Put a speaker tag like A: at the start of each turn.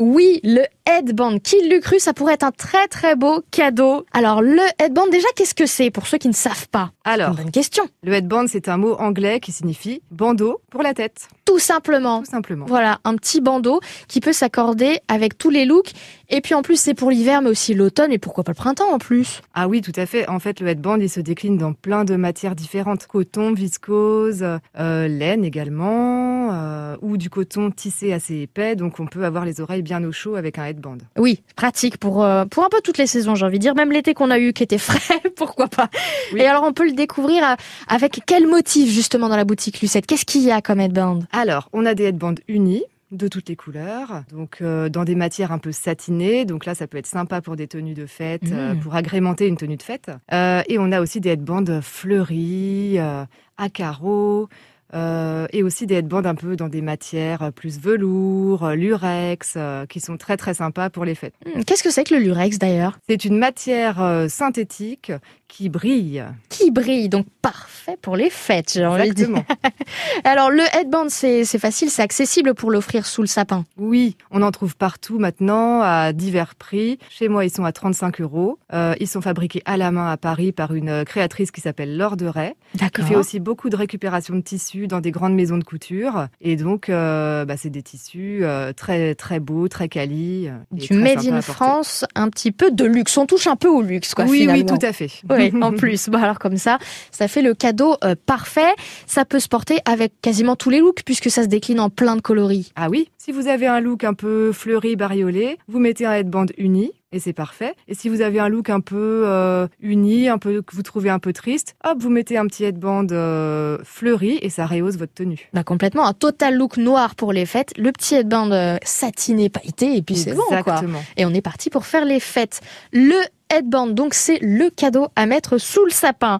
A: Oui, le headband. Qui l'eût cru, ça pourrait être un très très beau cadeau. Alors le headband, déjà, qu'est-ce que c'est pour ceux qui ne savent pas
B: Alors,
A: Une bonne question.
B: le headband, c'est un mot anglais qui signifie bandeau pour la tête,
A: Tout simplement.
B: tout simplement.
A: Voilà, un petit bandeau qui peut s'accorder avec tous les looks. Et puis en plus, c'est pour l'hiver, mais aussi l'automne, et pourquoi pas le printemps en plus.
B: Ah oui, tout à fait. En fait, le headband, il se décline dans plein de matières différentes. Coton, viscose, euh, laine également, euh, ou du coton tissé assez épais. Donc, on peut avoir les oreilles bien au chaud avec un headband.
A: Oui, pratique pour, euh, pour un peu toutes les saisons, j'ai envie de dire. Même l'été qu'on a eu qui était frais, pourquoi pas.
B: Oui.
A: Et alors, on peut le découvrir euh, avec quel motif justement dans la boutique Lucette Qu'est-ce qu'il y a comme headband
B: Alors, on a des headbands unis de toutes les couleurs, donc euh, dans des matières un peu satinées, donc là ça peut être sympa pour des tenues de fête, euh,
A: Mhm.
B: pour agrémenter une tenue de fête. Euh, et on a aussi des headbands fleuris, euh, à carreaux, euh, et aussi des headbands un peu dans des matières plus velours, euh, lurex, euh, qui sont très très sympas pour les fêtes.
A: Hmm, Qu'est-ce que c'est que le lurex d'ailleurs
B: C'est une matière euh, synthétique qui brille.
A: Qui brille, donc parfait pour les fêtes, j'ai envie de dire.
B: Exactement.
A: Alors, le headband, c'est c'est facile, c'est accessible pour l'offrir sous le sapin.
B: Oui, on en trouve partout maintenant à divers prix. Chez moi, ils sont à 35 euros. Euh, ils sont fabriqués à la main à Paris par une euh, créatrice qui s'appelle Laure de Ray, qui
A: D'accord.
B: fait aussi beaucoup de récupération de tissus dans des grandes maisons de couture. Et donc, euh, bah, c'est des tissus euh, très très beaux, très quali. euh, et
A: Du
B: très
A: Made in
B: sympas à porter.
A: France, un petit peu de luxe. On touche un peu au luxe, quoi,
B: oui,
A: finalement.
B: oui, tout à fait.
A: Oui, en plus. Bon, alors comme ça, ça fait le cadeau euh, parfait. Ça peut se porter avec quasiment tous les looks puisque ça se décline en plein de coloris.
B: Ah oui, si vous avez un look un peu fleuri, bariolé, vous mettez un headband uni et c'est parfait. Et si vous avez un look un peu euh, uni, un peu que vous trouvez un peu triste, hop, vous mettez un petit headband euh, fleuri et ça rehausse votre tenue.
A: Bah, complètement, un total look noir pour les fêtes, le petit headband euh, satiné pailleté et puis c'est bon quoi.
B: Exactement.
A: Et on est parti pour faire les fêtes. Le headband, donc c'est le cadeau à mettre sous le sapin.